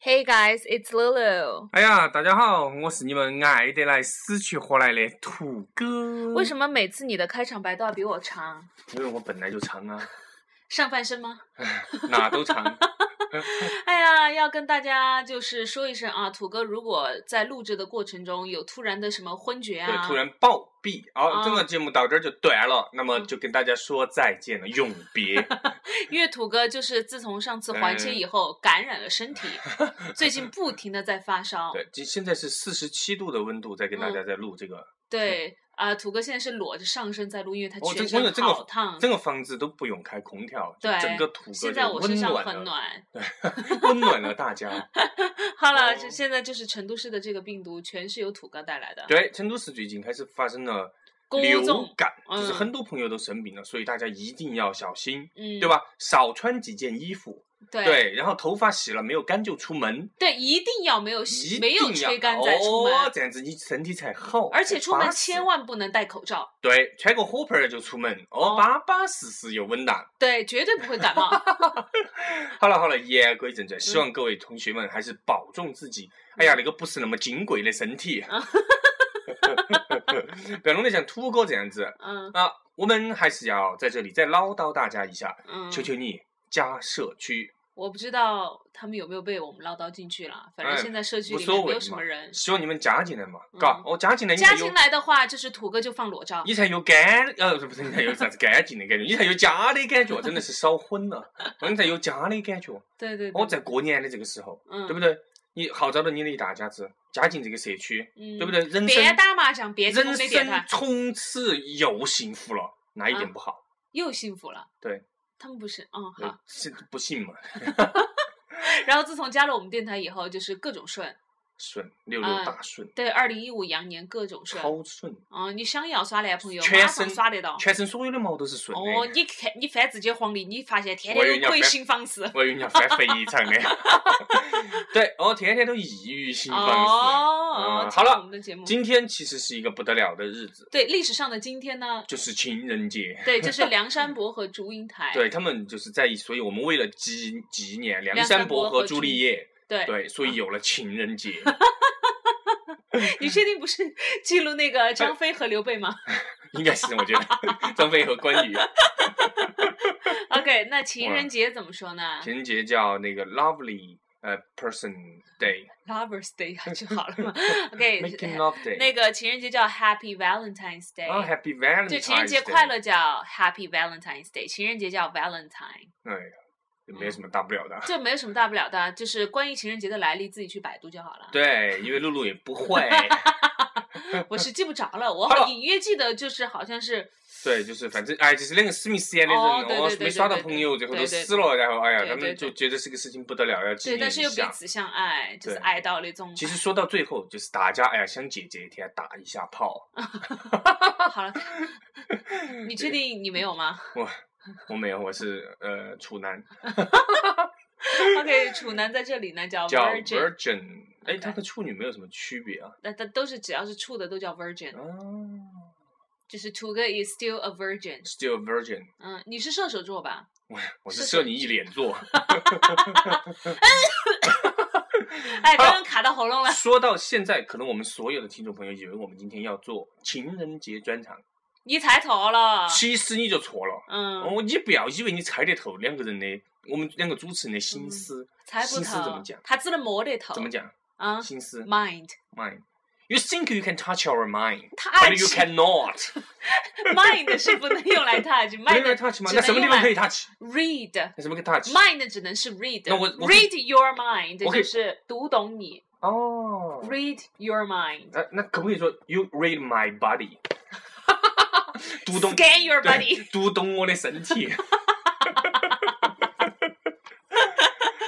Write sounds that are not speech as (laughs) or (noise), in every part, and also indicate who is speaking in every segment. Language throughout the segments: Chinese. Speaker 1: Hey guys, it's Lulu。
Speaker 2: 哎呀，大家好，我是你们爱得来死去活来的土哥。
Speaker 1: 为什么每次你的开场白都要比我长？
Speaker 2: 因为我本来就长啊， (laughs)
Speaker 1: 上半身吗？
Speaker 2: 哪
Speaker 1: (laughs)
Speaker 2: 都长。
Speaker 1: 哎呀，要跟大家就是说一声啊，土哥如果在录制的过程中有突然的什么昏厥
Speaker 2: 对，
Speaker 1: 啊，
Speaker 2: 突然暴毙，好、
Speaker 1: 啊
Speaker 2: 这个节目到这儿就断了，那
Speaker 1: 嗯
Speaker 2: 么就跟大家说再见
Speaker 1: (laughs)
Speaker 2: 了，永别。
Speaker 1: 因为土哥就是自从上次环切以后感染了身
Speaker 2: (laughs)
Speaker 1: 体，最近不停的在发烧。
Speaker 2: 对，这现在是四十七度的温度，在跟大家在录这个，
Speaker 1: 对啊、土哥现在是裸着上身在录，因为他
Speaker 2: 哦
Speaker 1: 全
Speaker 2: 这
Speaker 1: 身
Speaker 2: 温度这个
Speaker 1: 好烫。
Speaker 2: 这个房子都不用开空调，就
Speaker 1: 嗯对
Speaker 2: 整个土哥
Speaker 1: 现
Speaker 2: 就
Speaker 1: 在我身
Speaker 2: 温
Speaker 1: 上
Speaker 2: 暖
Speaker 1: 很
Speaker 2: 了，
Speaker 1: 暖。
Speaker 2: (laughs) 温暖了
Speaker 1: (laughs)
Speaker 2: 大家。
Speaker 1: 好了，这
Speaker 2: 哦
Speaker 1: 现在就是成都市的这个病毒，全是由土哥带来的。
Speaker 2: 对，成都市最近开始发生了
Speaker 1: 公
Speaker 2: 流
Speaker 1: 众
Speaker 2: 感，就是
Speaker 1: 嗯
Speaker 2: 很多朋友都生病了，所以大家一定要小心。
Speaker 1: 嗯，
Speaker 2: 对？吧？少穿几件衣服，
Speaker 1: 对
Speaker 2: 然后头发洗了没有干就出门，
Speaker 1: 对一定要没有
Speaker 2: 一
Speaker 1: 没有
Speaker 2: 定要
Speaker 1: 吹干再出门，
Speaker 2: 哦，这样子你身体才好。
Speaker 1: 而且出门
Speaker 2: 巴适
Speaker 1: 千万不能戴口罩，
Speaker 2: 对，穿个火盆儿就出门，
Speaker 1: 哦
Speaker 2: 哦，巴巴适适又稳当。
Speaker 1: 对，绝对不会
Speaker 2: (laughs)
Speaker 1: 感冒。
Speaker 2: 好了好了，言归正传，希
Speaker 1: 嗯
Speaker 2: 望各位同学们还是保重自己。哎呀，那个不是那么金贵的身体，
Speaker 1: 啊
Speaker 2: (laughs) 不要弄得像土哥这样子
Speaker 1: 嗯
Speaker 2: 啊！我们还是要在这里再唠叨大家一下，
Speaker 1: 嗯，
Speaker 2: 求求你加社区。
Speaker 1: 我不知道他们有没有被我们唠叨进去了，反正
Speaker 2: 哎
Speaker 1: 现在社区
Speaker 2: 无
Speaker 1: 里
Speaker 2: 所
Speaker 1: 面没
Speaker 2: 谓
Speaker 1: 有什么
Speaker 2: 嘛
Speaker 1: 人。
Speaker 2: 希望你们加进来嘛，
Speaker 1: 嗯
Speaker 2: 嘎、哦，加进来你
Speaker 1: 加
Speaker 2: 才有
Speaker 1: 进，来的话，就是土哥就放裸照。
Speaker 2: 你才有干，呃，不是你才有啥子干净的感觉，你才有家的感觉，真的是烧昏了，你才有家的感觉。
Speaker 1: 对对对，
Speaker 2: 哦，在过年的这个时候，
Speaker 1: 嗯，
Speaker 2: 对不对？你号召了你的一大家子加进这个社区，
Speaker 1: 嗯，
Speaker 2: 对不？对？人
Speaker 1: 别
Speaker 2: 生
Speaker 1: 打麻将，别听
Speaker 2: 人
Speaker 1: 我没点
Speaker 2: 生
Speaker 1: 他，
Speaker 2: 从此又幸福了，哪一点不好？
Speaker 1: 又幸福了。
Speaker 2: 对，
Speaker 1: 他们不是，嗯
Speaker 2: 呃
Speaker 1: 好。
Speaker 2: 是不信嘛？
Speaker 1: 然后自从加了我们电台以后，就是各种顺。
Speaker 2: 顺六
Speaker 1: 啊
Speaker 2: 六大顺，
Speaker 1: 对，二零一五羊年各种顺。
Speaker 2: 超顺，
Speaker 1: 嗯，你想要耍男朋友，
Speaker 2: 全
Speaker 1: 马上
Speaker 2: 身
Speaker 1: 耍得到。
Speaker 2: 全身所有的毛都是顺的。
Speaker 1: 哦，你看你翻自己的黄历，你发现天
Speaker 2: 我以为
Speaker 1: 天
Speaker 2: 你
Speaker 1: 都
Speaker 2: 要
Speaker 1: 鬼
Speaker 2: 翻
Speaker 1: 新方
Speaker 2: (laughs)
Speaker 1: 式。
Speaker 2: 我以为你要翻肥肠呢。 (laughs) 对，哦，天天都抑郁性方式。
Speaker 1: 哦，
Speaker 2: 嗯
Speaker 1: 听
Speaker 2: 好了
Speaker 1: 我们的节目。
Speaker 2: 今天其实是一个不得了的日子，
Speaker 1: 对，历史上的今天
Speaker 2: (laughs)
Speaker 1: 呢，
Speaker 2: 就是情人节。
Speaker 1: 对，这是梁山伯和祝英台。
Speaker 2: (laughs) 对他们就是在意，所以我们为了纪纪念梁
Speaker 1: 梁山
Speaker 2: 山
Speaker 1: 伯
Speaker 2: 伯
Speaker 1: 和
Speaker 2: 和朱
Speaker 1: 朱嗯
Speaker 2: 丽叶，
Speaker 1: 对，
Speaker 2: 对，所以有了情人节。 (laughs) 嗯
Speaker 1: 你确定不是 (laughs) 记录那个张飞和刘备吗
Speaker 2: 应该是我觉得张飞和关羽，
Speaker 1: ？OK，那
Speaker 2: (laughs)
Speaker 1: 情人节怎么说呢
Speaker 2: 情人节叫那个 Lovely 呃 Person Day，Making
Speaker 1: ？Lovers Day
Speaker 2: (laughs)
Speaker 1: 还就好了嘛。OK，
Speaker 2: Love Day，
Speaker 1: 那个情人节叫 Happy Valentine's
Speaker 2: 啊
Speaker 1: Day。
Speaker 2: Happy Valentine's，
Speaker 1: 对，情人节
Speaker 2: Day
Speaker 1: 快。乐叫 Happy Valentine's Day，情人节叫 Valentine，
Speaker 2: 哎呀，也没什么大不了的。
Speaker 1: 这没有什么大不了的，啊就是关于情人节的来历自己去百度就好了。
Speaker 2: (laughs) 对，因为露露也
Speaker 1: (laughs)
Speaker 2: 不会。
Speaker 1: 我是记不着了，我
Speaker 2: 好
Speaker 1: 好
Speaker 2: 了
Speaker 1: 隐约记得就是好像是
Speaker 2: 对，就是反正哎，就是那个史密斯演的人，
Speaker 1: 哦对对
Speaker 2: 哦
Speaker 1: 对对
Speaker 2: 没耍到
Speaker 1: 对对
Speaker 2: 朋友，最后
Speaker 1: 对
Speaker 2: 都
Speaker 1: 对
Speaker 2: 死了，然后哎呀，
Speaker 1: 对
Speaker 2: 他
Speaker 1: 对
Speaker 2: 们
Speaker 1: 对
Speaker 2: 就觉得这个事情不得了，要纪
Speaker 1: 对，
Speaker 2: 念
Speaker 1: 但是又
Speaker 2: 一
Speaker 1: 彼
Speaker 2: 下。
Speaker 1: 此相爱，就是
Speaker 2: 对
Speaker 1: 爱到了中。
Speaker 2: 其实说到最后，就是大家哎呀，想姐姐一天打一下炮，
Speaker 1: 好了，你确定你没有
Speaker 2: (laughs)
Speaker 1: 吗
Speaker 2: 我我没有，我是呃处男，
Speaker 1: ？OK，处男在这里呢叫
Speaker 2: 叫
Speaker 1: 哦 virgin，
Speaker 2: virgin，哎，
Speaker 1: OK
Speaker 2: 它和处女没有什么区别啊。
Speaker 1: 那他都是只要是处的都叫 virgin，
Speaker 2: 哦
Speaker 1: 就是土哥 is still a virgin。
Speaker 2: ，still virgin， (laughs)
Speaker 1: 嗯，你是射手座吧？
Speaker 2: 我我
Speaker 1: 是
Speaker 2: 是
Speaker 1: 是
Speaker 2: 射你一脸
Speaker 1: (laughs)
Speaker 2: 座。嗯
Speaker 1: 哎，刚刚卡到喉咙了。
Speaker 2: 说到现在，可能我们所有的听众朋友以为我们今天要做情人节专场，
Speaker 1: 你抬头了。
Speaker 2: 其实你就错了。
Speaker 1: 嗯，
Speaker 2: 哦，你不要以为你猜得透两个人的，我们两个主持人的
Speaker 1: 嗯
Speaker 2: 心思，
Speaker 1: 猜不
Speaker 2: 心思
Speaker 1: 透。
Speaker 2: 怎么讲
Speaker 1: 他只能摸得头。
Speaker 2: 怎么？讲？
Speaker 1: 啊
Speaker 2: 心思
Speaker 1: ，mind。
Speaker 2: mind。You think you can touch our mind,
Speaker 1: 太
Speaker 2: but you cannot。
Speaker 1: (laughs) mind 是不能用来 touch，mind
Speaker 2: 没有 touch 吗？
Speaker 1: 只
Speaker 2: 那
Speaker 1: 能
Speaker 2: 什么地
Speaker 1: 用
Speaker 2: 方可
Speaker 1: 来
Speaker 2: 以 touch？
Speaker 1: read。
Speaker 2: 那什么可以 touch？
Speaker 1: Mind 只能是 read，
Speaker 2: 那我我可以
Speaker 1: read your mind
Speaker 2: 我可以
Speaker 1: 就是读懂你
Speaker 2: 哦，
Speaker 1: ，read your mind，scan
Speaker 2: 那那可不可以说 You read
Speaker 1: (laughs)
Speaker 2: my body？读懂
Speaker 1: your (laughs) body。
Speaker 2: 对读懂我的身体。嗨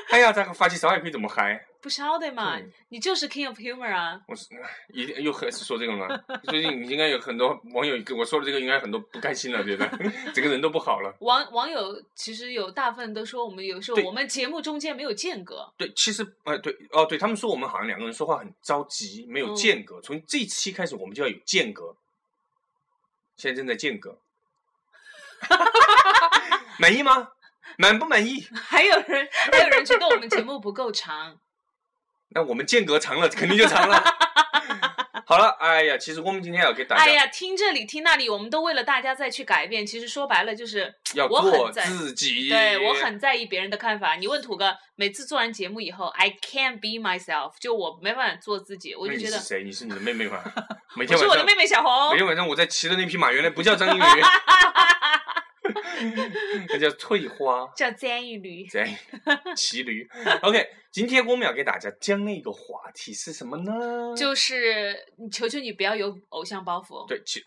Speaker 2: 哎呀，这个发起烧还可以怎么嗨？
Speaker 1: (laughs) 不晓得嘛
Speaker 2: 嗯，
Speaker 1: 你就是 King of Humor 啊。
Speaker 2: 我是哎一定又很说这个了吗？最近应该有很多网友跟我说了这个，应该很多不开心了，觉得整个人都不好了。
Speaker 1: 网网友其实有大部分都说我们有时候
Speaker 2: 对
Speaker 1: 我们节目中间没有间隔，
Speaker 2: 对，其实呃，对哦，对他们说我们好像两个人说话很着急，没有
Speaker 1: 嗯
Speaker 2: 间隔。从这期开始，我们就要有间隔。现在正在间隔，满意吗？满不满意？
Speaker 1: 还有
Speaker 2: (laughs)
Speaker 1: 人还有人觉得我们节目不够长，
Speaker 2: 那我们间隔长了，肯定就长了。 (laughs) 好了，哎呀，其实我们今天要给 (laughs) 大
Speaker 1: 哎
Speaker 2: 家
Speaker 1: 呀，听这里听那里，我们都为了大家再去改变。其实说白了就是，
Speaker 2: 要
Speaker 1: 我
Speaker 2: 做
Speaker 1: 很在，
Speaker 2: 自己，
Speaker 1: 对我很在意别人的看法。你问土哥，每次做完节目以后，I can't be myself，就我没办法做自己，我
Speaker 2: 那
Speaker 1: 就
Speaker 2: 你
Speaker 1: 觉
Speaker 2: 是
Speaker 1: 得
Speaker 2: 谁？你是你的妹妹吗？
Speaker 1: (laughs)
Speaker 2: 每
Speaker 1: 我
Speaker 2: 天
Speaker 1: 是
Speaker 2: 晚
Speaker 1: 我的
Speaker 2: 上
Speaker 1: 妹，妹哦小红
Speaker 2: 每。天晚上我在骑的那匹马，原来不叫张
Speaker 1: (laughs)
Speaker 2: 馨予，那叫翠花。
Speaker 1: 叫詹玉驴，
Speaker 2: 在骑驴。OK，今天我们要给大家讲的一个话题是什么呢？
Speaker 1: 就是你求求你不要有偶像包袱，
Speaker 2: 对，其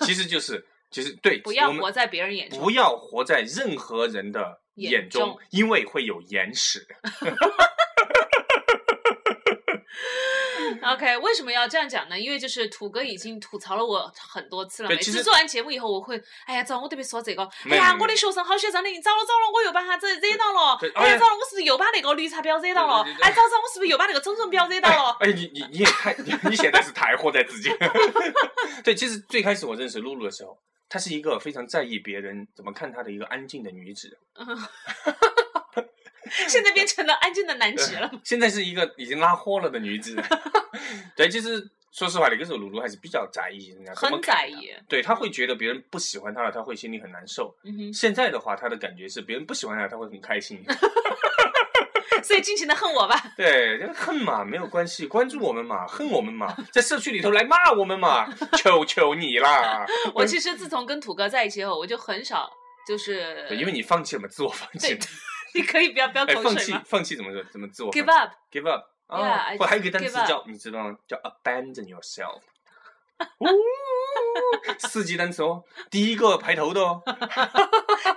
Speaker 2: (laughs) 其实就是其实对，
Speaker 1: 不要
Speaker 2: 我们
Speaker 1: 活在别人眼中
Speaker 2: 不要活在任何人的
Speaker 1: 眼
Speaker 2: 眼中，
Speaker 1: 中
Speaker 2: 因为会有眼屎。
Speaker 1: OK，为什么要这样讲呢？因为就是土哥已经吐槽了我很多次了，
Speaker 2: 对
Speaker 1: 每
Speaker 2: 其
Speaker 1: 次
Speaker 2: 实
Speaker 1: 做完节目以后，我会，哎呀，糟，我特别说这个，哎
Speaker 2: 没有
Speaker 1: 呀
Speaker 2: 没，有
Speaker 1: 我的学生好学生的，糟了糟了，我又把他惹惹到了
Speaker 2: 对，
Speaker 1: 哎
Speaker 2: 哎
Speaker 1: 呀，
Speaker 2: 呀
Speaker 1: 糟了，我是不是又把那个绿茶婊惹到了
Speaker 2: 对对？对
Speaker 1: 哎，糟糟，我是不是又把那个钟钟婊惹到
Speaker 2: (laughs)
Speaker 1: 了？
Speaker 2: 哎，你你你也太，你你现在是太活在自己。 (laughs) 对，其实最开始我认识露露的时候，她是一个非常在意别人怎么看她的一个安静的女子。
Speaker 1: 现在变成了安静的 (laughs) 男子
Speaker 2: (laughs)
Speaker 1: 了。
Speaker 2: 现在是一个已经拉货了的女子。 (laughs) 对，就是说实话，那个时候露露还是比较在意人家怎么
Speaker 1: 很
Speaker 2: 看
Speaker 1: 在
Speaker 2: 她
Speaker 1: 意，
Speaker 2: 对，她会觉得别人不喜欢她了，她会心里很难受。
Speaker 1: 嗯
Speaker 2: 现在的话，她的感觉是别人不喜欢她，她会很开
Speaker 1: (laughs)
Speaker 2: 心。
Speaker 1: 哼，所以尽情的恨我吧。
Speaker 2: 对，就恨嘛没有关系，关注我们嘛，恨我们嘛，在社区里头来骂我
Speaker 1: (laughs)
Speaker 2: 们嘛，求求你啦！
Speaker 1: 我其实自从跟土哥在一起后，我就很少，就是
Speaker 2: 对因为你放弃了嘛，自我放弃
Speaker 1: 对。你可以不要飙
Speaker 2: 哎，
Speaker 1: 口
Speaker 2: 放
Speaker 1: 水
Speaker 2: 弃
Speaker 1: 吗
Speaker 2: 放弃怎么说？怎么自我放
Speaker 1: ？Give
Speaker 2: 弃
Speaker 1: up，
Speaker 2: give up 啊、
Speaker 1: Yeah, I
Speaker 2: 或还有一个单
Speaker 1: give
Speaker 2: 词
Speaker 1: up
Speaker 2: 叫你知道吗？叫 abandon yourself。哦，四级单词哦，第一个排头的
Speaker 1: (laughs)
Speaker 2: 哦。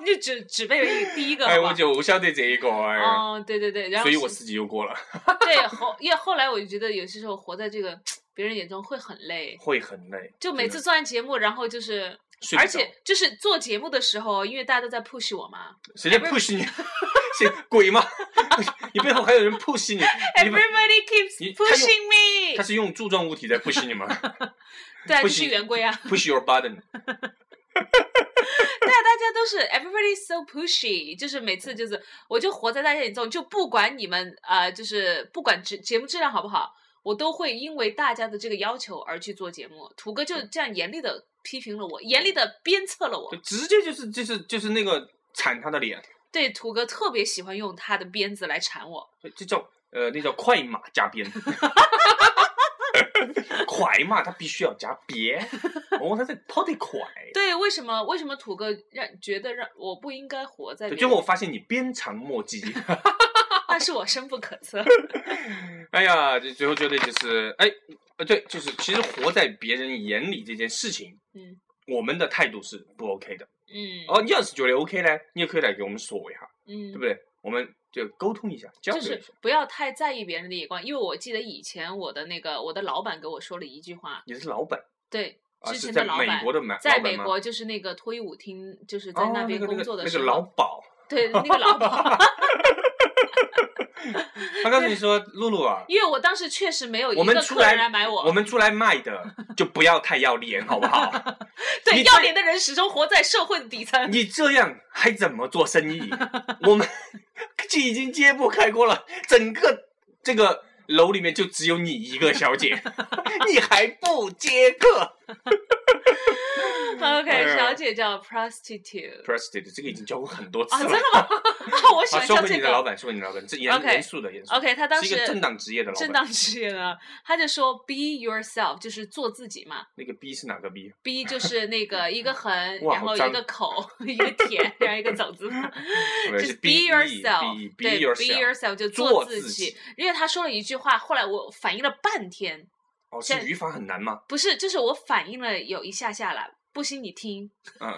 Speaker 1: 你就只只背第一个。
Speaker 2: 哎，
Speaker 1: 好不
Speaker 2: 我
Speaker 1: 好
Speaker 2: 就晓得这一个哎，
Speaker 1: 哦，对对对，然后
Speaker 2: 所以我
Speaker 1: 是
Speaker 2: 四级又过了，
Speaker 1: 对，后因为后来我就觉得有些时候活在这个别人眼中会很累，
Speaker 2: 会很累。
Speaker 1: 就每次做完节目，然后就是，
Speaker 2: 睡不
Speaker 1: 而
Speaker 2: 着
Speaker 1: 且就是做节目的时候，因为大家都在 push 我嘛
Speaker 2: 谁在
Speaker 1: every-
Speaker 2: push 你？ (laughs) 谁鬼吗？ (laughs) 你背后还有人 push 你？你把
Speaker 1: ，everybody
Speaker 2: 你
Speaker 1: keeps
Speaker 2: 他用
Speaker 1: pushing
Speaker 2: 他
Speaker 1: me，
Speaker 2: 是用柱状物体在 push 你吗 (laughs)
Speaker 1: 对啊，
Speaker 2: 不
Speaker 1: 就是
Speaker 2: 行
Speaker 1: 圆规啊，
Speaker 2: ？push your button。
Speaker 1: 对啊，大家都是 everybody so pushy，就是每次就是我就活在大家眼中，就不管你们呃，就是不管节节目质量好不好，我都会因为大家的这个要求而去做节目。土哥就这样严厉的批评了我，严厉的鞭策了我
Speaker 2: 对，。直接就是就是就是那个铲他的脸，
Speaker 1: 对，土哥特别喜欢用他的鞭子来缠我。
Speaker 2: 对这叫呃，那叫快马加鞭。 (laughs) 快嘛，它必须要加鞭，哦，它在跑得快。
Speaker 1: 对，为什么为什么土哥让觉得让我不应该活在
Speaker 2: 对，
Speaker 1: 别
Speaker 2: 最
Speaker 1: 人？
Speaker 2: 后我发现你鞭长莫
Speaker 1: (laughs)
Speaker 2: 及，(laughs)
Speaker 1: 但是我深不可测。
Speaker 2: 哎呀，就最后觉得就是，哎，呃，对，就是其实活在别人眼里这件事情，
Speaker 1: 嗯，
Speaker 2: 我们的态度是不 OK 的。
Speaker 1: 嗯
Speaker 2: 哦，你要是觉得 OK 呢，你也可以来给我们说一下，对不
Speaker 1: 嗯，
Speaker 2: 对？我们就沟通一下，交
Speaker 1: 就
Speaker 2: 流一
Speaker 1: 是
Speaker 2: 下。
Speaker 1: 不要太在意别人的眼光，因为我记得以前我的那个我的老板给我说了一句话，
Speaker 2: 你是老板
Speaker 1: 对，
Speaker 2: 啊，
Speaker 1: 之
Speaker 2: 是
Speaker 1: 前
Speaker 2: 在
Speaker 1: 的老
Speaker 2: 美
Speaker 1: 板。
Speaker 2: 国的买
Speaker 1: 在
Speaker 2: 老板
Speaker 1: 美
Speaker 2: 吗
Speaker 1: 国就是那个脱衣舞厅，就是在
Speaker 2: 哦
Speaker 1: 那
Speaker 2: 那
Speaker 1: 边
Speaker 2: 个那
Speaker 1: 工
Speaker 2: 个
Speaker 1: 作的
Speaker 2: 那
Speaker 1: 时
Speaker 2: 个
Speaker 1: 候，
Speaker 2: 老鸨。
Speaker 1: 对那个老板，
Speaker 2: (laughs) 他告诉你说，露露啊，
Speaker 1: 因为我当时确实
Speaker 2: (laughs)
Speaker 1: 没有一
Speaker 2: 我们
Speaker 1: 个
Speaker 2: 出
Speaker 1: 客人
Speaker 2: 来
Speaker 1: 来买
Speaker 2: 我们出来卖的就不要太要脸，好不好？
Speaker 1: 对
Speaker 2: 你
Speaker 1: 要
Speaker 2: 这
Speaker 1: 脸的人始终活在社会的底层。
Speaker 2: 你这样还怎么做生意？我们 (laughs) 已经揭不开锅了，整个这个楼里面就只有你一个小姐， (laughs) 你还不接客哎
Speaker 1: OK，
Speaker 2: 呀
Speaker 1: 小姐叫
Speaker 2: (laughs)
Speaker 1: prostitute。
Speaker 2: ？Prostitute 这个已经教过很多次
Speaker 1: 啊，真
Speaker 2: 了。
Speaker 1: 的吗？ (laughs) 啊，我喜
Speaker 2: 好，
Speaker 1: 欢
Speaker 2: 说
Speaker 1: 叫
Speaker 2: 回
Speaker 1: 这
Speaker 2: 你的老
Speaker 1: 个。
Speaker 2: 板，说回你的老板，这严
Speaker 1: OK
Speaker 2: 严肃的严肃
Speaker 1: OK，他当
Speaker 2: 是一
Speaker 1: 时
Speaker 2: 个正当职业的老
Speaker 1: 正
Speaker 2: 板。
Speaker 1: 当职业的，他就说 be yourself，就是做自己嘛。
Speaker 2: 那个 B 是哪个 B？
Speaker 1: B 就是那个一个横，
Speaker 2: 哇
Speaker 1: 然
Speaker 2: 好
Speaker 1: 后一
Speaker 2: 脏
Speaker 1: 个口，一个田，然后一个走字嘛，
Speaker 2: (laughs) 不
Speaker 1: 就是是
Speaker 2: B E，
Speaker 1: yourself，
Speaker 2: B E，
Speaker 1: 对
Speaker 2: be yourself。
Speaker 1: yourself 就
Speaker 2: 做
Speaker 1: 自
Speaker 2: 自己。
Speaker 1: 因为他说了一句话，后来我反应了半天，
Speaker 2: 哦，是语法很难吗？
Speaker 1: 不是，就是我反应了有一下下了，不信你听。
Speaker 2: 嗯，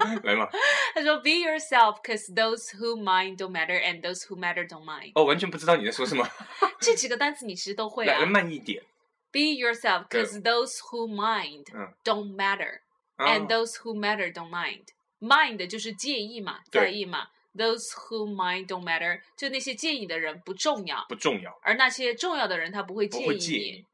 Speaker 2: 嗯 (laughs) 来嘛，
Speaker 1: 他说：“Be yourself, cause those who mind don't matter, and those who matter don't mind。
Speaker 2: 哦，完全不知道你在说什么，”
Speaker 1: 这几个单词你其实都会
Speaker 2: 来来
Speaker 1: 啊。
Speaker 2: 慢一点。
Speaker 1: Be yourself,
Speaker 2: 对
Speaker 1: cause those who mind
Speaker 2: 嗯
Speaker 1: don't matter,
Speaker 2: 啊
Speaker 1: and those who matter don't mind。mind 就是介意嘛，
Speaker 2: 对
Speaker 1: 在意嘛。Those who mind don't matter，就那些介意的人不重要，
Speaker 2: 不重要，
Speaker 1: 而那些重要的人他不会
Speaker 2: 不
Speaker 1: 介
Speaker 2: 会
Speaker 1: 意
Speaker 2: 介
Speaker 1: 你
Speaker 2: 意。，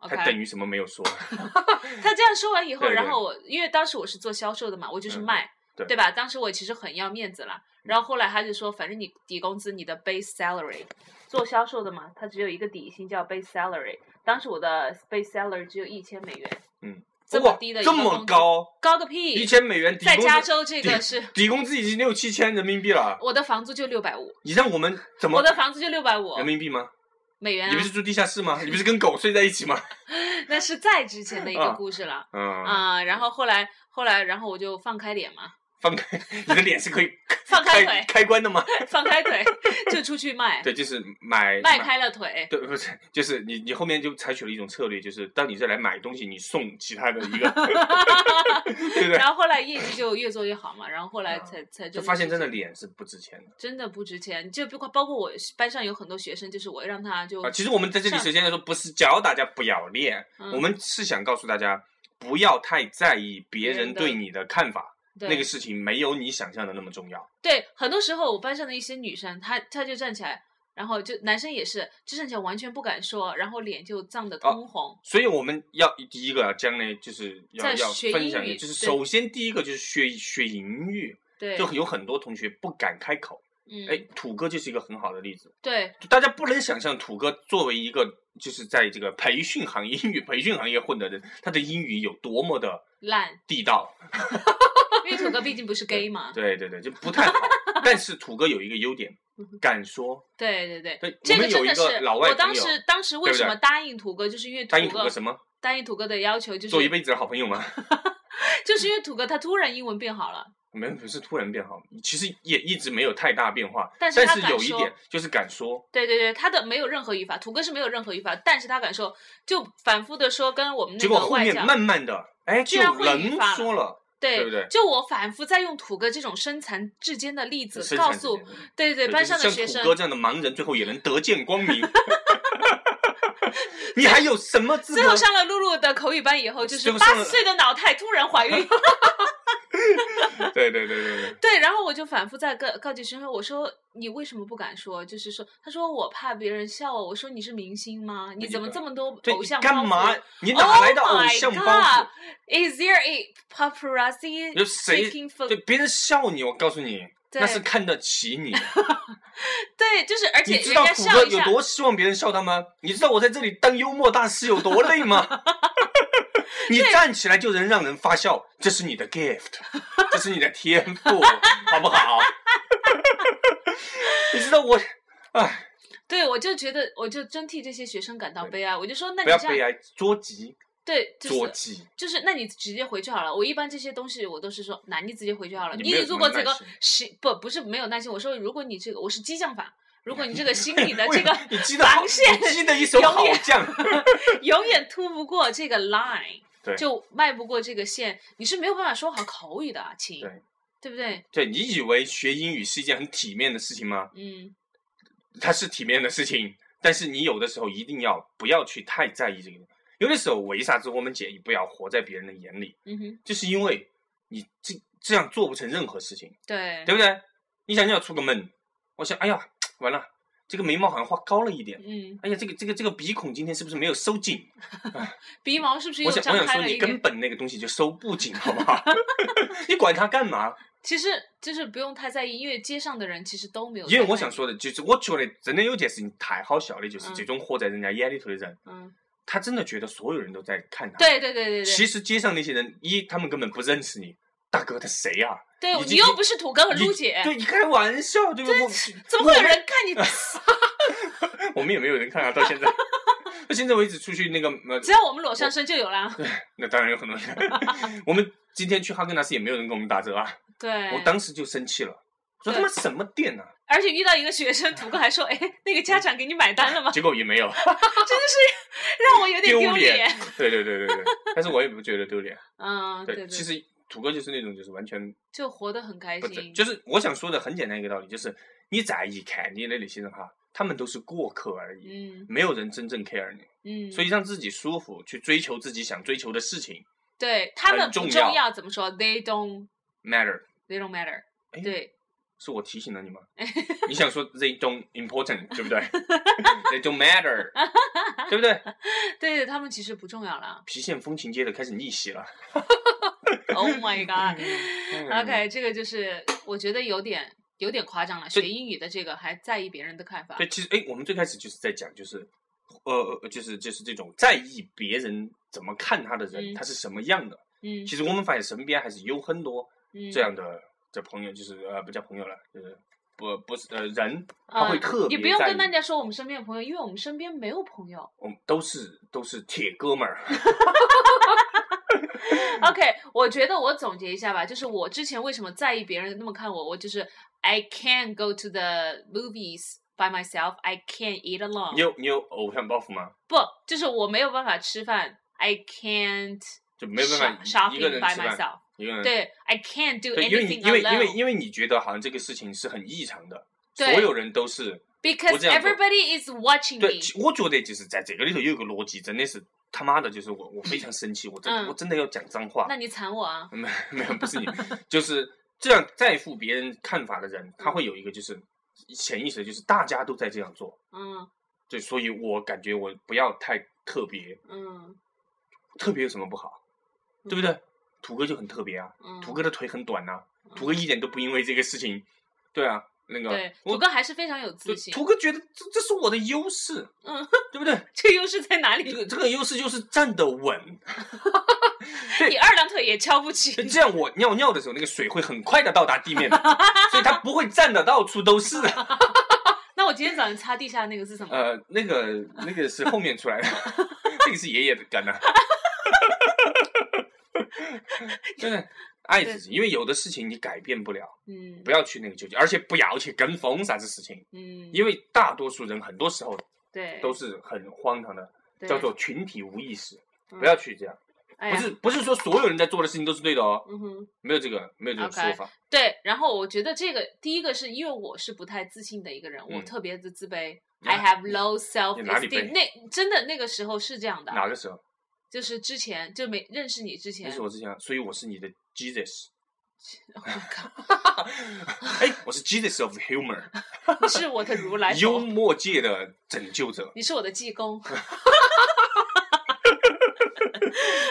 Speaker 1: OK，
Speaker 2: 他等于什么没有说。
Speaker 1: 他这样说完以后，
Speaker 2: 对对
Speaker 1: 然后我因为当时我是做销售的嘛，我就是
Speaker 2: 嗯
Speaker 1: 卖，
Speaker 2: 对嗯
Speaker 1: 吧？当时我其实很要面子啦。然后后来他就说，反正你底工资你的 base salary，做销售的嘛，他只有一个底薪叫 base salary。当时我的 base salary 只有一千美元，
Speaker 2: 嗯，
Speaker 1: 这么
Speaker 2: 哇
Speaker 1: 低的一个
Speaker 2: 这
Speaker 1: 工
Speaker 2: 么
Speaker 1: 资，
Speaker 2: 高，
Speaker 1: 高个屁！
Speaker 2: 一千美元底
Speaker 1: 在
Speaker 2: 工
Speaker 1: 加
Speaker 2: 资，
Speaker 1: 州这个是
Speaker 2: 底工资已经六七千人民币了。
Speaker 1: 我的房租就六百五，
Speaker 2: 你让我们怎么
Speaker 1: 我的房租就六百五
Speaker 2: 人民币吗？
Speaker 1: 美元
Speaker 2: 你
Speaker 1: 啊
Speaker 2: 不，是住地下室吗？你不是跟狗睡在一起吗？
Speaker 1: 那是再之前的一个
Speaker 2: 啊
Speaker 1: 故事了
Speaker 2: 嗯，
Speaker 1: 啊。然后后来后来，然后我就放开脸嘛，
Speaker 2: 放开 (laughs) 你的脸是可以
Speaker 1: 放开
Speaker 2: 开
Speaker 1: 腿，
Speaker 2: 开关的吗？
Speaker 1: 放开腿 (laughs) 就出去卖。
Speaker 2: 对，就是买
Speaker 1: 迈。开了腿，
Speaker 2: 对，不是，就是你，你后面就采取了一种策略，就是到你这来买东西，你送其他的一
Speaker 1: (laughs)
Speaker 2: 个，对不对？ (laughs) 嗯
Speaker 1: 然后后来业绩就越做越好嘛，然后后来才才
Speaker 2: 就
Speaker 1: 真
Speaker 2: 发现真的
Speaker 1: 是
Speaker 2: 脸是不值钱的
Speaker 1: 真的不值钱，就包括包括我班上有很多学生，就是我让他就
Speaker 2: 啊！其实我们在这里首先来说，不是教大家不要练，
Speaker 1: 嗯
Speaker 2: 我们是想告诉大家，不要太在意别
Speaker 1: 人
Speaker 2: 人
Speaker 1: 的
Speaker 2: 对你的看法，
Speaker 1: 对
Speaker 2: 那个事情没有你想象的那么重要。
Speaker 1: 对很多时候我班上的一些女生，她她就站起来，然后就男生也是就站起来完全不敢说，然后脸就涨
Speaker 2: 哦
Speaker 1: 得通红，
Speaker 2: 所以我们要第一个啊，将来就是要
Speaker 1: 在
Speaker 2: 要
Speaker 1: 学
Speaker 2: 分
Speaker 1: 英
Speaker 2: 享
Speaker 1: 语
Speaker 2: 一个，就是
Speaker 1: 对
Speaker 2: 首先第一个就是学学英语，
Speaker 1: 对，
Speaker 2: 就有很多同学不敢开口。哎
Speaker 1: 嗯，，
Speaker 2: 土哥就是一个很好的例子。
Speaker 1: 对
Speaker 2: 就大家不能想象土哥作为一个就是在这个培训行业、英语培训行业混的人，他的英语有多么的
Speaker 1: 烂，
Speaker 2: 地道。
Speaker 1: 因为土哥毕竟不是 gay 嘛，
Speaker 2: 对对对，就不太好。但是土哥有一个优点，
Speaker 1: 嗯
Speaker 2: 敢说。
Speaker 1: 对对对。
Speaker 2: 对，
Speaker 1: 这
Speaker 2: 我
Speaker 1: 个
Speaker 2: 们有
Speaker 1: 真
Speaker 2: 一
Speaker 1: 的是
Speaker 2: 个老，外
Speaker 1: 我
Speaker 2: 朋
Speaker 1: 当
Speaker 2: 友，
Speaker 1: 时当时为
Speaker 2: 对不
Speaker 1: 什
Speaker 2: 对
Speaker 1: 么答应土哥，就是因为
Speaker 2: 答应土
Speaker 1: 哥
Speaker 2: 哥什么？
Speaker 1: 答应土哥的要求，就是
Speaker 2: 做一辈子的好朋友吗？ (laughs)
Speaker 1: 就是因为土哥他突然英文变好了，
Speaker 2: 没有，不是突然变好，其实也一直没有太大变化。
Speaker 1: 但是
Speaker 2: 但
Speaker 1: 他敢
Speaker 2: 有一
Speaker 1: 说
Speaker 2: 点就是敢说，
Speaker 1: 对对对，他的没有任何语法，土哥是没有任何语法，但是他敢说，就反复的说跟我们那
Speaker 2: 结果
Speaker 1: 个
Speaker 2: 后
Speaker 1: 外
Speaker 2: 面
Speaker 1: 教，
Speaker 2: 慢慢的，哎，
Speaker 1: 居
Speaker 2: 就
Speaker 1: 然会语
Speaker 2: 能
Speaker 1: 法
Speaker 2: 说了，
Speaker 1: 对
Speaker 2: 对不对
Speaker 1: 就我反复在用土哥这种身残志坚的例子
Speaker 2: 生
Speaker 1: 告
Speaker 2: 产之
Speaker 1: 诉
Speaker 2: 间，
Speaker 1: 对对
Speaker 2: 对
Speaker 1: 对班上的
Speaker 2: 就是
Speaker 1: 学
Speaker 2: 像
Speaker 1: 生
Speaker 2: 土，哥这样的盲人，最后也能得见光
Speaker 1: (laughs)
Speaker 2: 明。 (laughs) 你还有什么资
Speaker 1: 最
Speaker 2: 格
Speaker 1: 后？上了露露的口语班以后，就是
Speaker 2: 最后
Speaker 1: 八
Speaker 2: 上
Speaker 1: 十
Speaker 2: 了
Speaker 1: 岁的脑袋突然怀
Speaker 2: (laughs)
Speaker 1: 孕，
Speaker 2: 对对对对对，
Speaker 1: 对，然后我就反复在告告诫学生，我说你为什么不敢说？就是说，他说我怕别人笑我，我说你是明星吗？你怎么这么多
Speaker 2: 对
Speaker 1: 偶像包
Speaker 2: 干
Speaker 1: 袱？Oh
Speaker 2: 嘛？你哪来的偶
Speaker 1: my
Speaker 2: 像包
Speaker 1: God,
Speaker 2: 袱？
Speaker 1: Is there a paparazzi
Speaker 2: 有谁
Speaker 1: taking photo？
Speaker 2: 对别人笑你，我告诉你，
Speaker 1: 对
Speaker 2: 那是看得
Speaker 1: (laughs)
Speaker 2: 起你。
Speaker 1: 对，就是而且
Speaker 2: 你知
Speaker 1: 人
Speaker 2: 道
Speaker 1: 家
Speaker 2: 土哥
Speaker 1: 笑一
Speaker 2: 有
Speaker 1: 下，
Speaker 2: 多希望别人笑他吗？你知道我在这里当幽默大师有多累吗？ (laughs) 你站起来就能让人发笑，这是你的 gift，这是你的天赋，好不好？ (laughs) 你知道我，哎，
Speaker 1: 对我就觉得，我就真替这些学生感到
Speaker 2: 对
Speaker 1: 悲哀。我就说，那
Speaker 2: 不
Speaker 1: 你
Speaker 2: 要
Speaker 1: 这
Speaker 2: 悲
Speaker 1: 样，
Speaker 2: 哀，捉急，
Speaker 1: 对，就
Speaker 2: 捉
Speaker 1: 是
Speaker 2: 急，
Speaker 1: 就是，那你直接回去好了。我一般这些东西我都是说，那你直接回去好了。
Speaker 2: 你
Speaker 1: 你
Speaker 2: 没有什
Speaker 1: 如
Speaker 2: 么
Speaker 1: 果这个
Speaker 2: 耐心
Speaker 1: 是不不是没有耐心，我说如果你这个我是激将法，如果你这个心里
Speaker 2: (laughs)
Speaker 1: 的呃这个 (laughs)
Speaker 2: 哎你记得好
Speaker 1: 防线
Speaker 2: 你记得一手好
Speaker 1: 永远
Speaker 2: 将，
Speaker 1: 永远突不过这个 line，
Speaker 2: 对
Speaker 1: 就迈不过这个线，你是没有办法说好口语的，啊，亲，
Speaker 2: 对
Speaker 1: 对不对？
Speaker 2: 对你以为学英语是一件很体面的事情吗？
Speaker 1: 嗯，
Speaker 2: 它是体面的事情，但是你有的时候一定要不要去太在意这个。有的时候为啥子我们建议不要活在别人的眼里，
Speaker 1: 嗯哼，
Speaker 2: 就是因为你这这样做不成任何事情，
Speaker 1: 对
Speaker 2: 对，不对？你想你要出个门，我想，哎呀，完了，这个眉毛好像画高了一点。
Speaker 1: 嗯，
Speaker 2: 哎呀，这个这个这个鼻孔今天是不是没有收紧？
Speaker 1: 鼻毛是不是
Speaker 2: 我
Speaker 1: 又
Speaker 2: 想
Speaker 1: 张
Speaker 2: 我想
Speaker 1: 开
Speaker 2: 说，
Speaker 1: 了
Speaker 2: 你
Speaker 1: 一
Speaker 2: 根
Speaker 1: 点？
Speaker 2: 本那个东西就收不紧，好不好？ (laughs) 你管它干嘛？
Speaker 1: 其实就是不用太在意，因为街上的人其实都没有。
Speaker 2: 因为我想，说的就是，我觉得真的有件事情太好笑的，就是
Speaker 1: 嗯
Speaker 2: 这种活在人家眼里头的人，
Speaker 1: 嗯，
Speaker 2: 他真的觉得所有人都在看他。
Speaker 1: 对对对对对，
Speaker 2: 其实街上那些人，一他们根本不认识你，大哥他谁呀、
Speaker 1: 对
Speaker 2: 已
Speaker 1: 你
Speaker 2: 经
Speaker 1: 又不是土哥和
Speaker 2: 你
Speaker 1: 露哦姐，
Speaker 2: 对你开玩笑，对吧？我
Speaker 1: 怎么会有人看你？
Speaker 2: 我们也没有人看啊，到
Speaker 1: (laughs)
Speaker 2: 现在，到现在为止出去那个呃，
Speaker 1: 只要我们裸上身就有啦。
Speaker 2: 那当然有很多人。 (laughs) 我们今天去哈根达斯也没有人给我们打折啊，
Speaker 1: 对，
Speaker 2: 我当时就生气了，说他妈什么店啊？
Speaker 1: 而且遇到一个学生，土哥还说：“哎，那个家长给你买单了吗 (laughs)
Speaker 2: 结果也没有，？”
Speaker 1: 真的是让我有点
Speaker 2: 丢
Speaker 1: 哦丢
Speaker 2: 脸。对对对对对，但是我也不觉得丢脸。
Speaker 1: 嗯，对
Speaker 2: 其实土哥就是那种就是完全
Speaker 1: 就活得很开
Speaker 2: 不在，
Speaker 1: 心，
Speaker 2: 就是我想说的很简单一个道理，就是你在意看你的那些人哈，他们都是过客而已，
Speaker 1: 嗯
Speaker 2: 没有人真正 care 你，
Speaker 1: 嗯，
Speaker 2: 所以让自己舒服，去追求自己想追求的事情
Speaker 1: 对他
Speaker 2: 很
Speaker 1: 们不
Speaker 2: 重
Speaker 1: 重
Speaker 2: 要
Speaker 1: 要，怎么说？They don't
Speaker 2: matter。
Speaker 1: they don't matter
Speaker 2: 哎。
Speaker 1: 对，
Speaker 2: 是我提醒了你吗？你想说 they don't important 对不
Speaker 1: (laughs)
Speaker 2: 对？they don't matter 对不对？ (laughs)
Speaker 1: 对他们其实不重要啦。
Speaker 2: 郫县风情街的开始逆袭了。
Speaker 1: Oh my
Speaker 2: (laughs)
Speaker 1: god！
Speaker 2: 嗯
Speaker 1: OK，这个就是我觉得有点有点夸张了。
Speaker 2: 对
Speaker 1: 学英语的这个还在意别人的看法，
Speaker 2: 对，其实哎，我们最开始就是在讲，就是呃，呃就是就是这种在意别人怎么看他的人，
Speaker 1: 嗯
Speaker 2: 他是什么样的。
Speaker 1: 嗯
Speaker 2: 其实我们发现身边还是有很多
Speaker 1: 嗯，
Speaker 2: 这样的这朋友，就是呃，不叫朋友了，就是不不是呃人，他
Speaker 1: 呃
Speaker 2: 会特别
Speaker 1: 也不用
Speaker 2: 在
Speaker 1: 跟
Speaker 2: 意
Speaker 1: 大家说我们身边的朋友，因为我们身边没有朋友。
Speaker 2: 我们都是都是铁哥
Speaker 1: (laughs)
Speaker 2: 们儿。嗯
Speaker 1: OK，我觉得我总结一下吧，就是我之前为什么在意别人那么看我，我就是 I can't go to the movies by myself, I can't eat alone
Speaker 2: 你。有你有偶像包袱吗？
Speaker 1: 不，就是我没有办法吃饭，I can't
Speaker 2: 就没有办
Speaker 1: shop-
Speaker 2: 法一一个
Speaker 1: shopping
Speaker 2: 人
Speaker 1: by
Speaker 2: 吃饭，
Speaker 1: myself。
Speaker 2: 一个人。
Speaker 1: 对，I can't do
Speaker 2: 对，因为你
Speaker 1: anything
Speaker 2: 因为因为
Speaker 1: alone
Speaker 2: 因为你觉得好像这个事情是很异常的，所
Speaker 1: 对
Speaker 2: 有人都是
Speaker 1: because
Speaker 2: 我这样做
Speaker 1: everybody is watching
Speaker 2: 对，
Speaker 1: me。
Speaker 2: 其我觉得就是在这个里头有一个逻辑，真的是他妈的，就是我我非常生气，我真、
Speaker 1: 嗯
Speaker 2: 我真的要讲脏话。
Speaker 1: 那你惨我啊！
Speaker 2: 没没有不是你，就是这样在乎别人看法的人，他会有一个就是潜意识，就是大家都在这样做，
Speaker 1: 嗯
Speaker 2: 对，所以我感觉我不要太特别，
Speaker 1: 嗯
Speaker 2: 特别有什么不好，对不对？土哥就很特别啊，
Speaker 1: 嗯，
Speaker 2: 土哥的腿很短呐、土哥一点都不因为这个事情，对啊，那个
Speaker 1: 对，
Speaker 2: 我
Speaker 1: 土哥还是非常有自
Speaker 2: 对
Speaker 1: 信。
Speaker 2: 土哥觉得这这是我的优势，
Speaker 1: 嗯，
Speaker 2: 对不对？
Speaker 1: 这优势在哪里
Speaker 2: 这？个这个优势就是站得稳，对
Speaker 1: (laughs) 你二郎腿也翘不起。
Speaker 2: 这样我尿尿的时候，那个水会很快的到达地面的，所以它不会站的到处
Speaker 1: (laughs)
Speaker 2: 都是的。
Speaker 1: 那我今天早上擦地下那个是什么？
Speaker 2: 呃，那个那个是后面出来的，那个是爷爷干的。 (laughs) 真的爱自己，因为有的事情你改变不了，
Speaker 1: 嗯
Speaker 2: 不要去那个纠结，而且不要去跟风啥子事情，
Speaker 1: 嗯，
Speaker 2: 因为大多数人很多时候
Speaker 1: 对，
Speaker 2: 都是很荒唐的，
Speaker 1: 对
Speaker 2: 叫做群体无意识。
Speaker 1: 嗯
Speaker 2: 不要去这样，
Speaker 1: 哎
Speaker 2: 不
Speaker 1: 呀
Speaker 2: 是不是说所有人在做的事情都是对的哦，
Speaker 1: 嗯哼，
Speaker 2: 没有这个没有这种说
Speaker 1: OK
Speaker 2: 法。
Speaker 1: 对。然后我觉得这个第一个是因为我是不太自信的一个人，我
Speaker 2: 嗯
Speaker 1: 特别的自卑。
Speaker 2: 你
Speaker 1: I
Speaker 2: 哪
Speaker 1: have low self
Speaker 2: 你哪里
Speaker 1: esteem
Speaker 2: 卑
Speaker 1: 那。真的那个时候是这样的，
Speaker 2: 哪个时候？
Speaker 1: 就是之前就没认识你之
Speaker 2: 那
Speaker 1: 前
Speaker 2: 是，我之前啊，所以我是你的 Jesus。
Speaker 1: 我靠，
Speaker 2: (laughs) 哎，我是 Jesus of humor，
Speaker 1: 你是我的如 (laughs) 来
Speaker 2: 幽
Speaker 1: 佛，
Speaker 2: 默界的拯救者。
Speaker 1: 你是我的济
Speaker 2: (laughs)
Speaker 1: 公。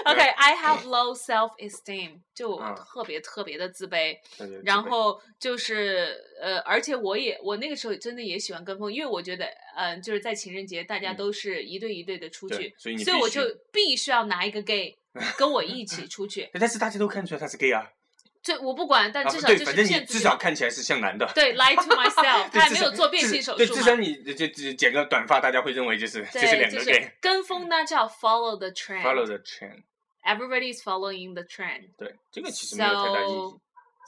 Speaker 1: OK，I、have
Speaker 2: (laughs)
Speaker 1: low self esteem，就我
Speaker 2: 嗯
Speaker 1: 特别特别的自卑。
Speaker 2: 那就
Speaker 1: 然
Speaker 2: 基本
Speaker 1: 后就是呃，而且我也我那个时候真的也喜欢跟风，因为我觉得嗯、呃就是在情人节大家
Speaker 2: 嗯
Speaker 1: 都是一对一对的出
Speaker 2: 对
Speaker 1: 去，
Speaker 2: 所以你
Speaker 1: 所以
Speaker 2: 必
Speaker 1: 我
Speaker 2: 须，
Speaker 1: 就必须要拿一个 gay 跟我一起出去
Speaker 2: 哎但是大家都看出来他是 gay 啊，
Speaker 1: 这我不管，但
Speaker 2: 啊
Speaker 1: 至
Speaker 2: 不
Speaker 1: 少
Speaker 2: 对，
Speaker 1: 就
Speaker 2: 反
Speaker 1: 是
Speaker 2: 正你
Speaker 1: 骗自
Speaker 2: 至
Speaker 1: 己
Speaker 2: 少
Speaker 1: 嘛。
Speaker 2: 看起来是像男的。
Speaker 1: 对，lie to
Speaker 2: (laughs)
Speaker 1: myself，他还
Speaker 2: 至
Speaker 1: 没
Speaker 2: 少
Speaker 1: 有做变
Speaker 2: 至
Speaker 1: 性手
Speaker 2: 对，
Speaker 1: 术
Speaker 2: 至
Speaker 1: 嘛
Speaker 2: 少你就就就剪个短发，大家会认为就是就是
Speaker 1: 对，
Speaker 2: 两
Speaker 1: 就
Speaker 2: 个
Speaker 1: 是哎
Speaker 2: gay。
Speaker 1: 跟风呢叫 follow the trend。
Speaker 2: Follow the trend，
Speaker 1: Everybody is following the trend.
Speaker 2: 对，这个其实没有太大意义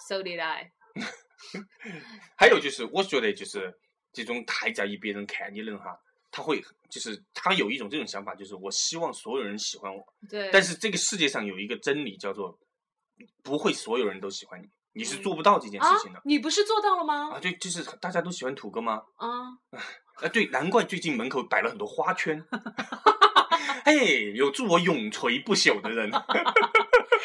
Speaker 1: So,。so did I.
Speaker 2: 还有就是，我觉得就是这种太在意别人看你的人哈，他会就是他有一种这种想法，就是我希望所有人喜欢我，
Speaker 1: 对，
Speaker 2: 但是这个世界上有一个真理叫做，不会所有人都喜欢你，你是
Speaker 1: 嗯哦
Speaker 2: 做不到这件
Speaker 1: 啊
Speaker 2: 事情的。，
Speaker 1: 你不是做到了吗
Speaker 2: 啊，？对，就是大家都喜欢土哥吗？
Speaker 1: 啊，
Speaker 2: 啊，对，难怪最近门口摆了很多花圈， (laughs) 嘿，有祝我永垂不朽的人。 (laughs)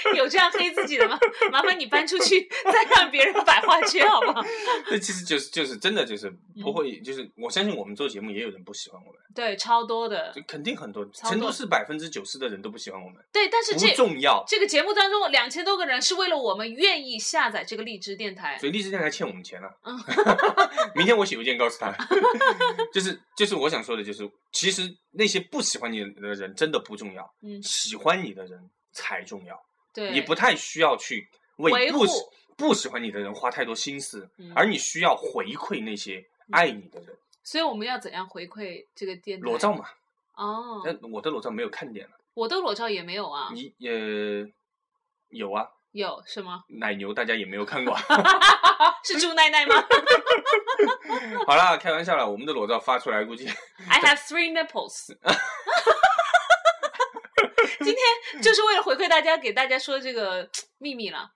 Speaker 1: (laughs) 有这样黑自己的吗？麻烦你搬出去，再让别
Speaker 2: (laughs)
Speaker 1: 人摆花圈好不好？
Speaker 2: 这其实就是就是真的就是不
Speaker 1: 嗯
Speaker 2: 会，就是我相信我们做节目也有人不喜欢我们，
Speaker 1: 对，超多的
Speaker 2: 就。肯定很多，
Speaker 1: 超
Speaker 2: 成都
Speaker 1: 多
Speaker 2: 市百分之九十的人都不喜欢我们，
Speaker 1: 对，但是
Speaker 2: 不
Speaker 1: 这
Speaker 2: 重要。
Speaker 1: 这个节目当中，两千多个人是为了我们愿意下载这个荔枝电台。
Speaker 2: 所以荔枝电台欠我们钱了、
Speaker 1: 嗯
Speaker 2: (laughs) 明天我写邮件告诉他， (laughs) 就是就是我想说的，就是其实那些不喜欢你的人真的不重要，
Speaker 1: 嗯，
Speaker 2: 喜欢你的人才重要。
Speaker 1: 对，
Speaker 2: 你不太需要去为
Speaker 1: 维
Speaker 2: 不
Speaker 1: 护
Speaker 2: 喜不喜欢你的人花太多心思，
Speaker 1: 嗯
Speaker 2: 而你需要回馈那些爱你的人。
Speaker 1: 所以我们要怎样回馈这个电台？
Speaker 2: 裸照嘛，呃
Speaker 1: 哦，
Speaker 2: 但我的裸照没有看点了。
Speaker 1: 我的裸照也没有啊，
Speaker 2: 你呃有啊，
Speaker 1: 有是吗？
Speaker 2: 奶牛大家也没有看过啊。 (laughs)
Speaker 1: 是朱奶奶吗
Speaker 2: 好啦，开玩笑了，我们的裸照发出来估计 (laughs)
Speaker 1: ？I have three nipples。今天就是为了回馈大家，给大家说这个秘密了。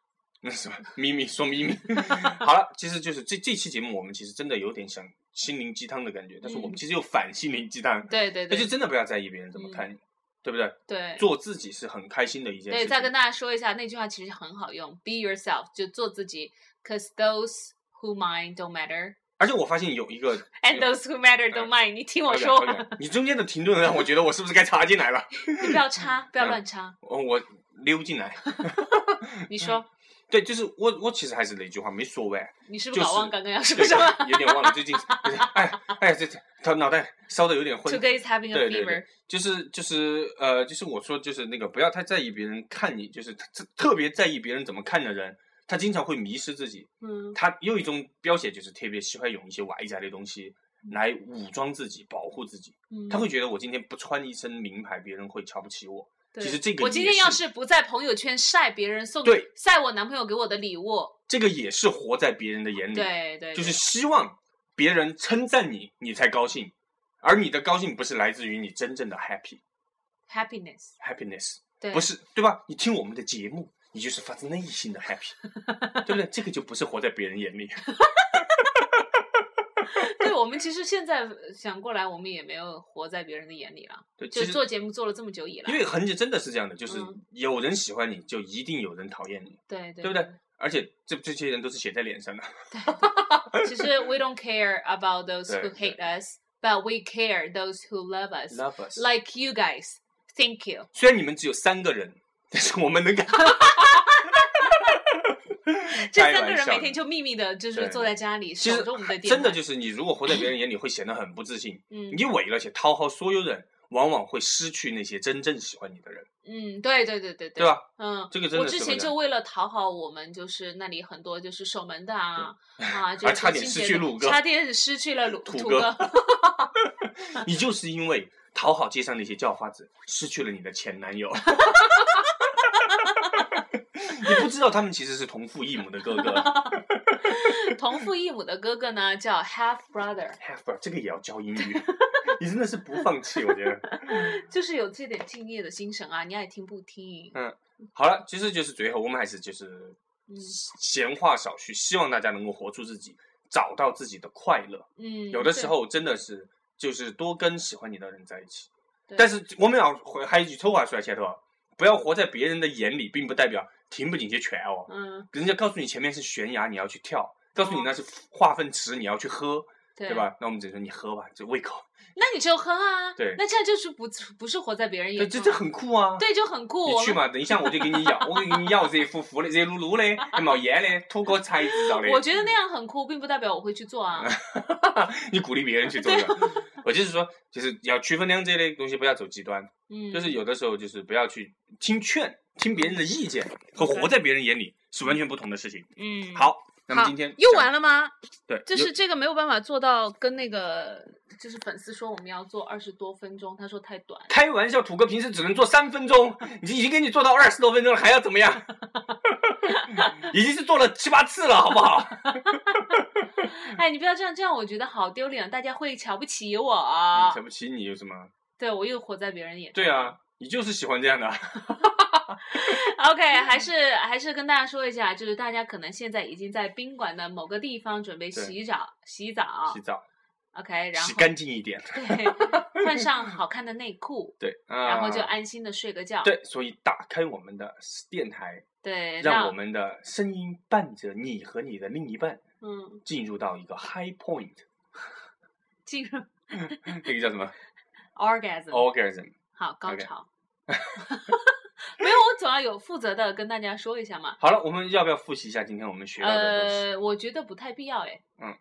Speaker 2: 那是什么秘密？说秘密。 (laughs) 好了，其实就是这这期节目，我们其实真的有点想心灵鸡汤的感觉，但是我们
Speaker 1: 嗯
Speaker 2: 其实又反心灵鸡汤，
Speaker 1: 对对嗯
Speaker 2: 那就
Speaker 1: 对
Speaker 2: 真的不要在意别人怎么看你，对不对？
Speaker 1: 对
Speaker 2: 做自己是很开心的一件事
Speaker 1: 对，
Speaker 2: 情。
Speaker 1: 再跟大家说一下，那句话其实很好用，Be yourself，就做自己，cause those who mind don't matter。 (laughs)
Speaker 2: 而且我发现有一个
Speaker 1: And those who matter don't mind，你听我说，
Speaker 2: 好远好远你中间的停顿让我觉得我是不是该插进来了？
Speaker 1: 你不要插，不要乱插。
Speaker 2: 我我溜进来，嗯
Speaker 1: 你说，
Speaker 2: 对，就是我我其实还是那句话，没说完，
Speaker 1: 你是不是
Speaker 2: 就
Speaker 1: 搞
Speaker 2: 是
Speaker 1: 忘刚刚要说
Speaker 2: 对
Speaker 1: 什么
Speaker 2: 有点忘了，最近不是哎哎这这他脑袋烧的有点昏。
Speaker 1: ？Today is having
Speaker 2: 对
Speaker 1: a
Speaker 2: 对对
Speaker 1: fever。，
Speaker 2: 就是就是呃，就是我说就是那个不要太在意别人看你，就是特特别在意别人怎么看的人，他经常会迷失自己。
Speaker 1: 嗯，
Speaker 2: 他有一种标写就是特别喜欢用一些外在的东西来武装自己、保护自己。
Speaker 1: 嗯
Speaker 2: 他会觉得我今天不穿一身名牌，别人会瞧不起我。
Speaker 1: 对
Speaker 2: 其实这个
Speaker 1: 我今
Speaker 2: 也
Speaker 1: 天要
Speaker 2: 是
Speaker 1: 是不在朋友圈晒别人送
Speaker 2: 对
Speaker 1: 晒我男朋友给我的礼物，
Speaker 2: 这个也是活在别人的眼里，
Speaker 1: 对对，
Speaker 2: 嗯就是
Speaker 1: 对
Speaker 2: 希望别人称赞你，你才高兴，而你的高兴不是来自于你真正的 happy
Speaker 1: happiness，
Speaker 2: happiness，
Speaker 1: 对，
Speaker 2: 不是对吧？你听我们的节目，你就是发自内心
Speaker 1: (laughs)
Speaker 2: 的 happy，对不对？这个就不是活在别人眼里，
Speaker 1: 对我们其实现在想过来，我们也没有活在别人的眼里了，
Speaker 2: 对，
Speaker 1: 就
Speaker 2: 其
Speaker 1: 是
Speaker 2: 实
Speaker 1: 做节目做了这么久以来
Speaker 2: 因，为很真的是这样的，就是
Speaker 1: 嗯
Speaker 2: 有人喜欢你，就一定有人讨厌你，
Speaker 1: 对对
Speaker 2: 对不对？而且这这些人都是写在
Speaker 1: (laughs)
Speaker 2: 脸上的，
Speaker 1: 对？其
Speaker 2: (laughs)
Speaker 1: 实 we don't care about those
Speaker 2: 对
Speaker 1: who hate us, but we care those who love us,
Speaker 2: love us。
Speaker 1: like you guys. Thank you.
Speaker 2: 虽然你们只有三个人，但是我们能感。
Speaker 1: (laughs) 这
Speaker 2: 开
Speaker 1: 三个
Speaker 2: 玩
Speaker 1: 人
Speaker 2: 笑
Speaker 1: 每
Speaker 2: 的
Speaker 1: 天就秘密的，就是
Speaker 2: 对
Speaker 1: 坐在家里
Speaker 2: 其
Speaker 1: 守
Speaker 2: 实
Speaker 1: 着我们的电
Speaker 2: 真的
Speaker 1: 台
Speaker 2: 就是你如果活在别人眼里，会显得很不自信。
Speaker 1: 嗯
Speaker 2: 你伪了且讨好所有人，往往会失去那些真正喜欢你的人，
Speaker 1: 嗯，对对对对
Speaker 2: 对吧？
Speaker 1: 嗯，
Speaker 2: 这个真
Speaker 1: 我
Speaker 2: 的
Speaker 1: 之
Speaker 2: 是
Speaker 1: 前
Speaker 2: 会的
Speaker 1: 就为了讨好我们，就是那里很多就是守门的
Speaker 2: (laughs)
Speaker 1: 啊啊，就
Speaker 2: 还
Speaker 1: 是
Speaker 2: 差
Speaker 1: 同
Speaker 2: 点
Speaker 1: 性
Speaker 2: 失
Speaker 1: 别
Speaker 2: 去
Speaker 1: 的
Speaker 2: 鲁哥
Speaker 1: 差点失去了鲁
Speaker 2: 土
Speaker 1: 土
Speaker 2: 哥
Speaker 1: 哥。 (laughs)
Speaker 2: 你就是因为讨好街上那些叫花子，失去了你的前男友。 (laughs) 你不知道他们其实是同父异母的哥哥
Speaker 1: 同父异母的哥哥呢叫 half brother，
Speaker 2: ，half brother，这个也要教英语。你真的是不放弃，我觉得。
Speaker 1: 就是有这点敬业的精神啊，你爱听不听。
Speaker 2: 好了，其实就是最后我们还是就是
Speaker 1: 嗯
Speaker 2: 闲话少叙，希望大家能够活出自己，找到自己的快乐。
Speaker 1: 嗯，
Speaker 2: 有的
Speaker 1: 对
Speaker 2: 时，候真的是就是多跟喜欢你的人在一起
Speaker 1: 对。
Speaker 2: 但是我们要回还有一句丑话说来切头啊，不要活在别人的眼里，并不代表听不进去全哦。
Speaker 1: 嗯，
Speaker 2: 人家告诉你前面是悬崖，你要去跳；告诉你
Speaker 1: 哦
Speaker 2: 那是化粪池，你要去喝，
Speaker 1: 对
Speaker 2: 对？吧？那我们只能说你喝吧，就胃口。
Speaker 1: 那你就喝啊，
Speaker 2: 对
Speaker 1: 那这样就是不不是活在别人
Speaker 2: 这
Speaker 1: 眼
Speaker 2: 这
Speaker 1: 中，
Speaker 2: 这很酷啊！
Speaker 1: 对，就很酷。
Speaker 2: 你
Speaker 1: 我
Speaker 2: 去
Speaker 1: 们
Speaker 2: 嘛，等一下我就给你舀，我给你舀热乎乎的、热噜噜的，还冒烟的，土哥才知道的。
Speaker 1: 我觉得那样很酷，并不代表我会去做啊。
Speaker 2: 你鼓励别人去做的。我就是说，就是要区分两者的东西，不要走极端。
Speaker 1: 嗯，
Speaker 2: 就是有的时候就是不要去听劝，听别人的意见和
Speaker 1: OK
Speaker 2: 活在别人眼里是完全不同的事情。
Speaker 1: 嗯，
Speaker 2: 好，那么
Speaker 1: 好
Speaker 2: 今天
Speaker 1: 又
Speaker 2: 讲
Speaker 1: 完了吗？
Speaker 2: 对，
Speaker 1: 就是
Speaker 2: 又
Speaker 1: 这个没有办法做到跟那个，就是粉丝说我们要做二十多分钟，他说太短。
Speaker 2: 开玩笑，土哥平时只能做三
Speaker 1: (laughs)
Speaker 2: 分钟，你已经给你做到二十多分钟了，还要怎么样？已经是做了七八次了，好不好？嗯
Speaker 1: 哎，你不要这样，这样我觉得好丢脸，大家会瞧不起我。啊
Speaker 2: 瞧不起你嗯有什么？
Speaker 1: 对我又活在别人眼中。
Speaker 2: 对啊，你就是喜欢这样的。啊
Speaker 1: OK，还
Speaker 2: 嗯
Speaker 1: 是还是跟大家说一下，就是大家可能现在已经在宾馆的某个地方准备
Speaker 2: 对
Speaker 1: 洗澡，洗澡
Speaker 2: 洗澡，
Speaker 1: ，OK，然后
Speaker 2: 洗干净一点。
Speaker 1: 对，换上
Speaker 2: (laughs)
Speaker 1: 好看的内裤，
Speaker 2: 对，啊
Speaker 1: 然后就安心的睡个觉。
Speaker 2: 对，所以打开我们的电台，
Speaker 1: 对，
Speaker 2: 让我们的声音伴着你和你的另一半
Speaker 1: 嗯
Speaker 2: 进入到一个 high point。
Speaker 1: 进入 (laughs) 嗯
Speaker 2: 那个叫什么
Speaker 1: orgasm。
Speaker 2: orgasm？
Speaker 1: 好，高
Speaker 2: 哦 OK (laughs)
Speaker 1: 潮。没有，我总要有负责的跟大家说一下嘛。
Speaker 2: 好了，我们要不要复习一下今天我们学到的东西、
Speaker 1: 呃，我觉得不太必
Speaker 2: (laughs)
Speaker 1: 要哎。
Speaker 2: 啊？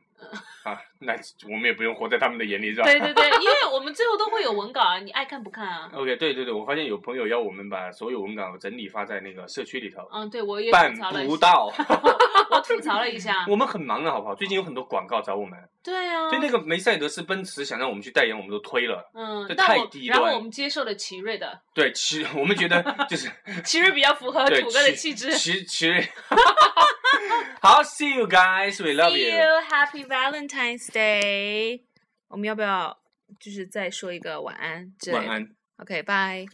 Speaker 2: 那我们也不用活在他们的眼里，是吧？
Speaker 1: 对对对，因为我们最后都会有文稿啊，你爱看不看啊？
Speaker 2: OK，对对对，我发现有朋友要我们把所有文稿整理发在那个社区里头，
Speaker 1: 嗯，对我也
Speaker 2: 办
Speaker 1: 吐槽了一
Speaker 2: 不
Speaker 1: 下，
Speaker 2: 到。
Speaker 1: (laughs) 我吐槽了一下。
Speaker 2: (laughs) 我们很忙的啊好不好？最近有很多广告找我们，
Speaker 1: 对啊，
Speaker 2: 对那个梅赛德斯奔驰想让我们去代言，我们都推了。
Speaker 1: 嗯
Speaker 2: 这，
Speaker 1: 但
Speaker 2: 太
Speaker 1: 我
Speaker 2: 低
Speaker 1: 然后
Speaker 2: 端
Speaker 1: 我们接受了奇瑞的，
Speaker 2: 对，其我们觉得
Speaker 1: (laughs)
Speaker 2: 就是
Speaker 1: 奇瑞比较符合
Speaker 2: 对
Speaker 1: 土哥的气质。
Speaker 2: 其其实， (laughs) 好，See you guys, we love
Speaker 1: See you, Happy Valentine's Day。我们要不要就是再说一个晚安之类的？
Speaker 2: 晚安。
Speaker 1: OK，拜。